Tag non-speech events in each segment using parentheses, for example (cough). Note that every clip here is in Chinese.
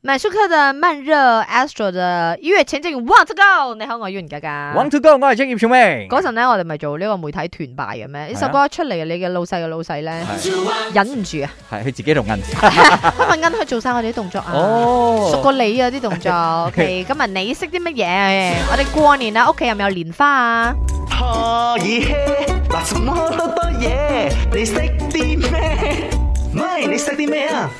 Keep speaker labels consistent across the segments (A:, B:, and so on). A: 美舒克的慢热，Astro 嘅一躍前進，Want to go！你好，我係 Yuen 家家。
B: Want to go，我係啊職業小明。
A: 嗰陣咧，我哋咪做呢個媒體團拜嘅咩？呢首歌一出嚟，你嘅老細嘅老細咧，忍唔
B: (laughs)
A: 住啊，
B: 係佢自己同銀。
A: 因為恩佢做晒我哋啲動作啊，
B: (laughs) 哦，
A: 熟過你啊啲動
B: (laughs)
A: 作。OK，今日你識啲乜嘢？我哋過年啊，屋企有冇有蓮花啊？
C: 可以嘿，嗱什麼多多嘢，你識啲咩？咪你識啲咩啊？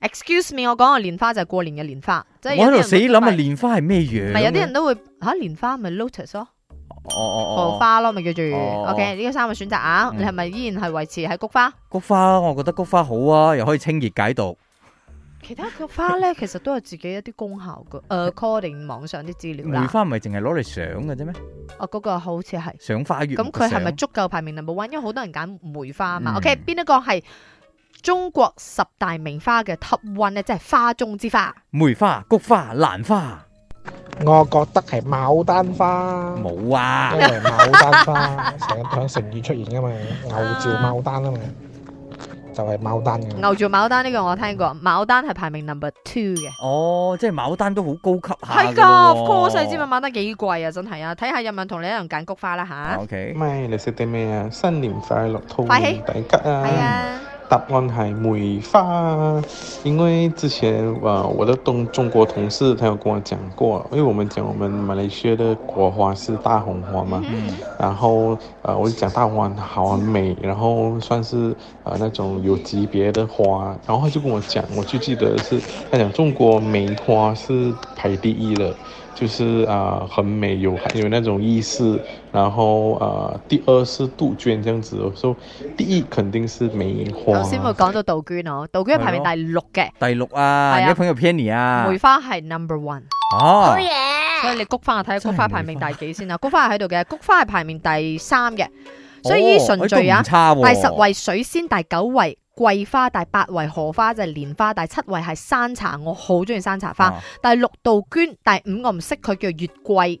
A: Excuse me，我講個蓮花就係過年嘅蓮花，即係
B: 我
A: 有啲
B: 喺度
A: 人
B: 死
A: 會
B: 諗啊，
A: 咪
B: 蓮花係咩樣？
A: 咪有啲人都會嚇蓮花咪 lotus 咯，
B: 哦哦
A: 荷
B: 哦，
A: 花咯咪叫住。
B: 哦
A: OK，呢個三個選擇啊，
B: 嗯
A: 你係咪依然係維持喺菊花？
B: 菊花，我覺得菊花好啊，又可以清熱解毒。
A: 其他嘅花咧，其實都有自己一啲功效嘅。誒，according 網上啲資料
B: 梅
A: 啦，
B: 花唔係淨係攞嚟賞嘅啫咩？
A: 哦，嗰個好似係。
B: 賞花月
A: 咁佢係咪
B: 賞
A: 足夠排名 number one？因為好多人揀梅花啊嘛。
B: 嗯
A: OK，邊一個係中國十大名花嘅 top one 咧？即係花中之花。
B: 梅花、菊花、蘭花
D: 我覺得係牡丹花，
B: 冇
A: (laughs)
B: 啊
D: 因？為牡丹花 (laughs) 成日響成語出現噶嘛，牛照牡丹啊嘛，就係、牡丹嘅。
A: 牛做牡丹呢個我聽過，牡丹係排名 number two 嘅。
B: 哦，即係牡丹都好高級下
A: 係
B: 㗎
A: 噶
B: 咯
A: ，of
B: 喎
A: course 你知嘛，牡丹幾貴啊，真係啊！睇下有冇人同你一樣揀菊花啦吓。
B: OK，
E: 咪你食啲咩啊？新年快樂，兔
A: 快起
E: 年大吉
B: 嗯
E: 啊！
A: 係啊，
E: 答案係梅花啊，因為之前啊，我的东中國同事他有跟我講過，因為我們講我們馬來西亞的國花是大紅花嘛，
A: 嗯
E: 然後呃，我就講大紅花好啊美，然後算是呃那種有級別的花，然後他就跟我講，我就記得是他講中國梅花是排第一的。就是啊、呃很美，有有那种意思。然后呃，第二是杜鹃这样子哦，所、以第一肯定是梅花。
A: 頭先會講到杜鹃哦，杜娟係排名第六嘅，
B: 第六啊，
A: 係啊
B: 你啲朋友 Penny 啊，
A: 梅花係 number one。
B: 哦，
A: 所以你菊花睇下菊
B: 真係
A: 花
B: 梅
A: 排名
B: 花
A: 第幾先啦。菊花係喺度嘅，菊花係排名第三嘅，所以依
B: 哦
A: 順
B: 哎
A: 序
B: 都唔
A: 啊，
B: 差喎
A: 第十位水仙，第九位桂花，第八位荷花就係蓮花，第七位係山茶，我好中意山茶花
B: 啊。
A: 第六杜鹃，第五我唔識佢叫月桂，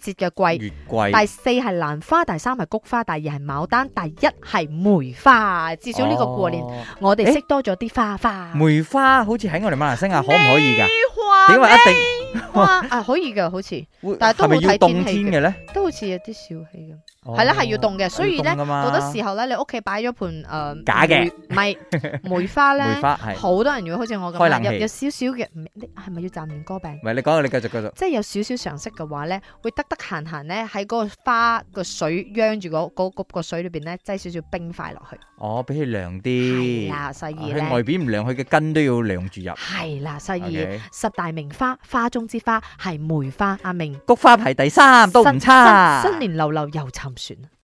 A: 季節嘅桂。
B: 月桂
A: 第四係蘭花，第三係菊花，第二係牡丹，第一係梅花。至少呢個過年，
B: 哦
A: 我哋
B: 誒
A: 識多咗啲花花。
B: 梅花好似喺我哋馬來西亞可唔可以㗎？
A: 花
B: 點解一定
A: 花啊？可以嘅，好似
B: 會
A: 但係都
B: 係咪要
A: 好睇
B: 凍
A: 天氣
B: 天嘅咧？
A: 都好似有啲小氣咁。係啦，係要凍嘅，所以咧，
B: 哦要凍㗎嘛
A: 好多時候咧，你屋企擺咗盆
B: (laughs)
A: 誒
B: 假嘅
A: 梅，唔係梅花咧
B: (laughs) 梅，花係，
A: 好多人要好似我咁
B: 開
A: 啦，
B: 冷
A: 有
B: 氣
A: 有少少嘅，唔你係咪要暫年歌病？
B: 唔係你講，啊你繼續繼續。
A: 即係有少少常識嘅話咧，會得得閒閒咧喺嗰個花個水央住嗰嗰嗰個水裏邊咧，擠少少冰塊落去。
B: 哦，俾佢
A: 係
B: 涼啲。
A: 啦，細二
B: 佢外
A: 咧，
B: 邊唔涼，佢嘅根都要涼住入。
A: 係啦，細二
B: 啊 OK
A: 十大名花，花中之花係梅花。阿明，
B: 菊花排第三，都唔差。
A: 新新新年流流又沉船。啊